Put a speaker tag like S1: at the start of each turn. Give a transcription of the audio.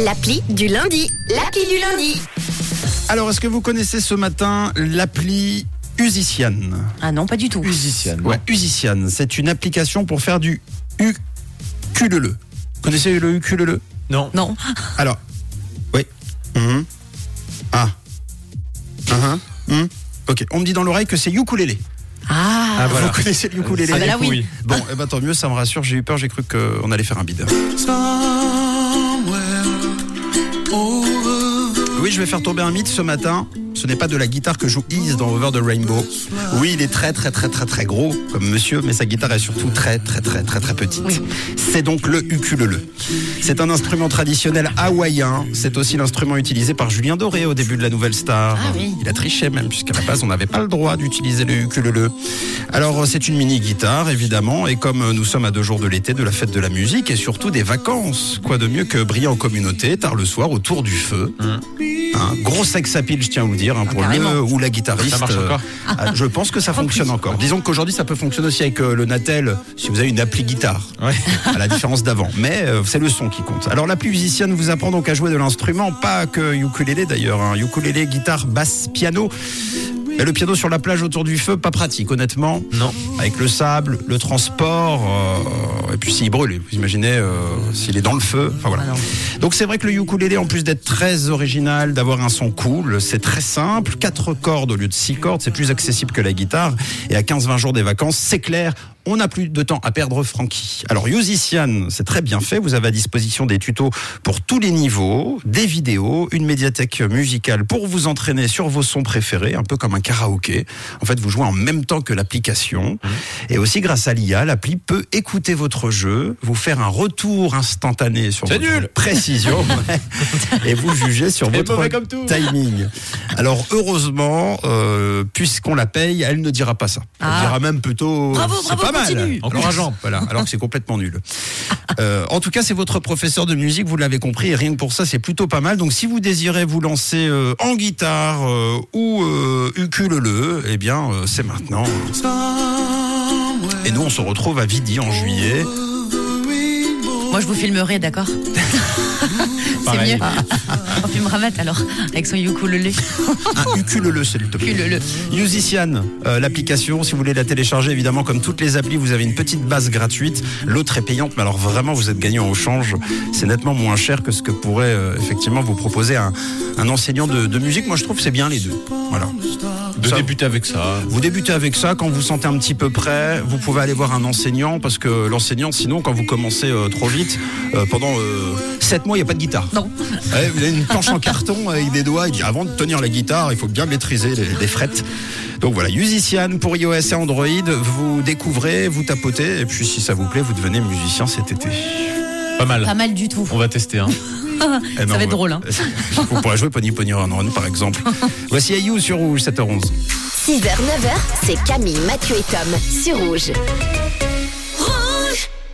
S1: l'appli du lundi. L'appli du lundi.
S2: Alors, est-ce que vous connaissez ce matin l'appli Usician
S3: Ah non, pas du tout.
S4: Musicienne.
S2: Ouais, Usician, c'est une application pour faire du ukulele. Vous connaissez le ukulele
S4: Non.
S3: Non.
S2: Alors, oui. Mhm. Ah. Mhm. Mhm. Ok, on me dit dans l'oreille que c'est ukulélé.
S3: Ah,
S4: voilà.
S2: Vous connaissez le ukulélé
S3: Ah bah là, oui.
S4: couilles.
S2: Bon, eh ben, tant mieux, ça me rassure, j'ai eu peur, j'ai cru qu'on allait faire un bide. Oui, je vais faire tomber un mythe ce matin. Ce n'est pas de la guitare que joue Ease dans Over the Rainbow. Oui, il est très très très très très gros comme monsieur, mais sa guitare est surtout très très très très très petite. C'est donc le ukulele. C'est un instrument traditionnel hawaïen. C'est aussi l'instrument utilisé par Julien Doré au début de la Nouvelle Star.
S3: Ah oui.
S2: Il a triché même, puisqu'à la base, on n'avait pas le droit d'utiliser le ukulele. Alors, c'est une mini-guitare, évidemment, et comme euh, nous sommes à deux jours de l'été, de la fête de la musique, et surtout des vacances, quoi de mieux que briller en communauté, tard le soir, autour du feu.
S3: Mm.
S2: Un gros sex appeal, je tiens à vous dire, hein, pour
S3: carrément.
S2: le ou la guitariste.
S4: Ça marche
S2: Euh,
S4: encore
S2: ah, Je pense que ça fonctionne encore. Disons qu'aujourd'hui, ça peut fonctionner aussi avec euh, le Natel, si vous avez une appli guitare
S4: Ouais.
S2: à la différence d'avant. Mais euh, c'est le son qui compte. Alors la pluie musicienne vous apprend donc à jouer de l'instrument, pas que ukulélé d'ailleurs, hein. ukulélé, guitare, basse, piano. Mais le piano sur la plage autour du feu, pas pratique honnêtement.
S4: Non.
S2: Avec le sable, le transport, euh, et puis s'il brûle, vous imaginez euh, s'il est dans le feu. Enfin voilà.
S3: Ah non.
S2: Donc c'est vrai que le ukulélé, en plus d'être très original, d'avoir un son cool, c'est très simple. Quatre cordes au lieu de six cordes, c'est plus accessible que la guitare. Et à 15-20 jours des vacances, c'est clair, on n'a plus de temps à perdre, Francky. Alors Musician, c'est très bien fait. Vous avez à disposition des tutos pour tous les niveaux, des vidéos, une médiathèque musicale pour vous entraîner sur vos sons préférés, un peu comme un karaoké. En fait, vous jouez en même temps que l'application.
S4: Mmh.
S2: Et aussi grâce à l'IA, l'appli peut écouter votre jeu, vous faire un retour instantané sur
S4: C'est
S2: votre
S4: nul
S2: précision ouais. et vous jugez sur
S4: Et
S2: votre
S4: mauvais comme tout.
S2: timing. Alors heureusement, euh, puisqu'on la paye, elle ne dira pas ça. Elle
S3: Ah.
S2: dira même plutôt
S3: Bravo,
S2: c'est
S3: bravo,
S2: pas mal.
S3: continue.
S2: Alors,
S4: Encourageant.
S2: voilà, alors que c'est complètement nul. Euh, en tout cas, c'est votre professeur de musique, vous l'avez compris, et rien que pour ça, c'est plutôt pas mal. Donc, si vous désirez vous lancer euh, en guitare euh, ou euh, ukulele, eh bien, euh, c'est maintenant. Et nous, on se retrouve à Vidi en juillet.
S3: Moi, je vous filmerai, d'accord C'est
S4: Pareil. Ah.
S3: mieux. On filmera Matt alors, avec son ukulélé.
S2: Un ukulele, Ah, s'il te plaît.
S3: Ukulélé.
S2: Musician, euh, l'application, si vous voulez la télécharger, évidemment, comme toutes les applis, vous avez une petite base gratuite. L'autre est payante, mais alors vraiment, vous êtes gagnant au change. C'est nettement moins cher que ce que pourrait euh, effectivement vous proposer un, un enseignant de, de musique. Moi, je trouve que c'est bien les deux. Voilà.
S4: De
S2: Ça-
S4: débuter avec ça.
S2: Vous débutez avec ça, quand vous sentez un petit peu prêt, vous pouvez aller voir un enseignant, parce que l'enseignant, sinon, quand vous commencez euh, trop vite, euh, pendant 7 mois, il n'y a pas de guitare.
S3: Non.
S2: Ouais, vous avez une planche en carton euh, avec des doigts. Il dit avant de tenir la guitare, il faut bien maîtriser les, les frettes. Donc voilà, Musician pour iOS et Android. Vous découvrez, vous tapotez, et puis si ça vous plaît, vous devenez musicien cet été.
S4: Pas mal.
S3: Pas mal du tout.
S4: On va tester. Hein.
S3: Ça
S2: Eh ben,
S3: va
S2: on
S3: être drôle. Hein.
S2: Vous pourrez jouer Pony Pony Run Run par exemple. Voici Ayou sur Rouge 7h11.
S1: 6h, 9h, c'est Camille, Mathieu et Tom sur Rouge.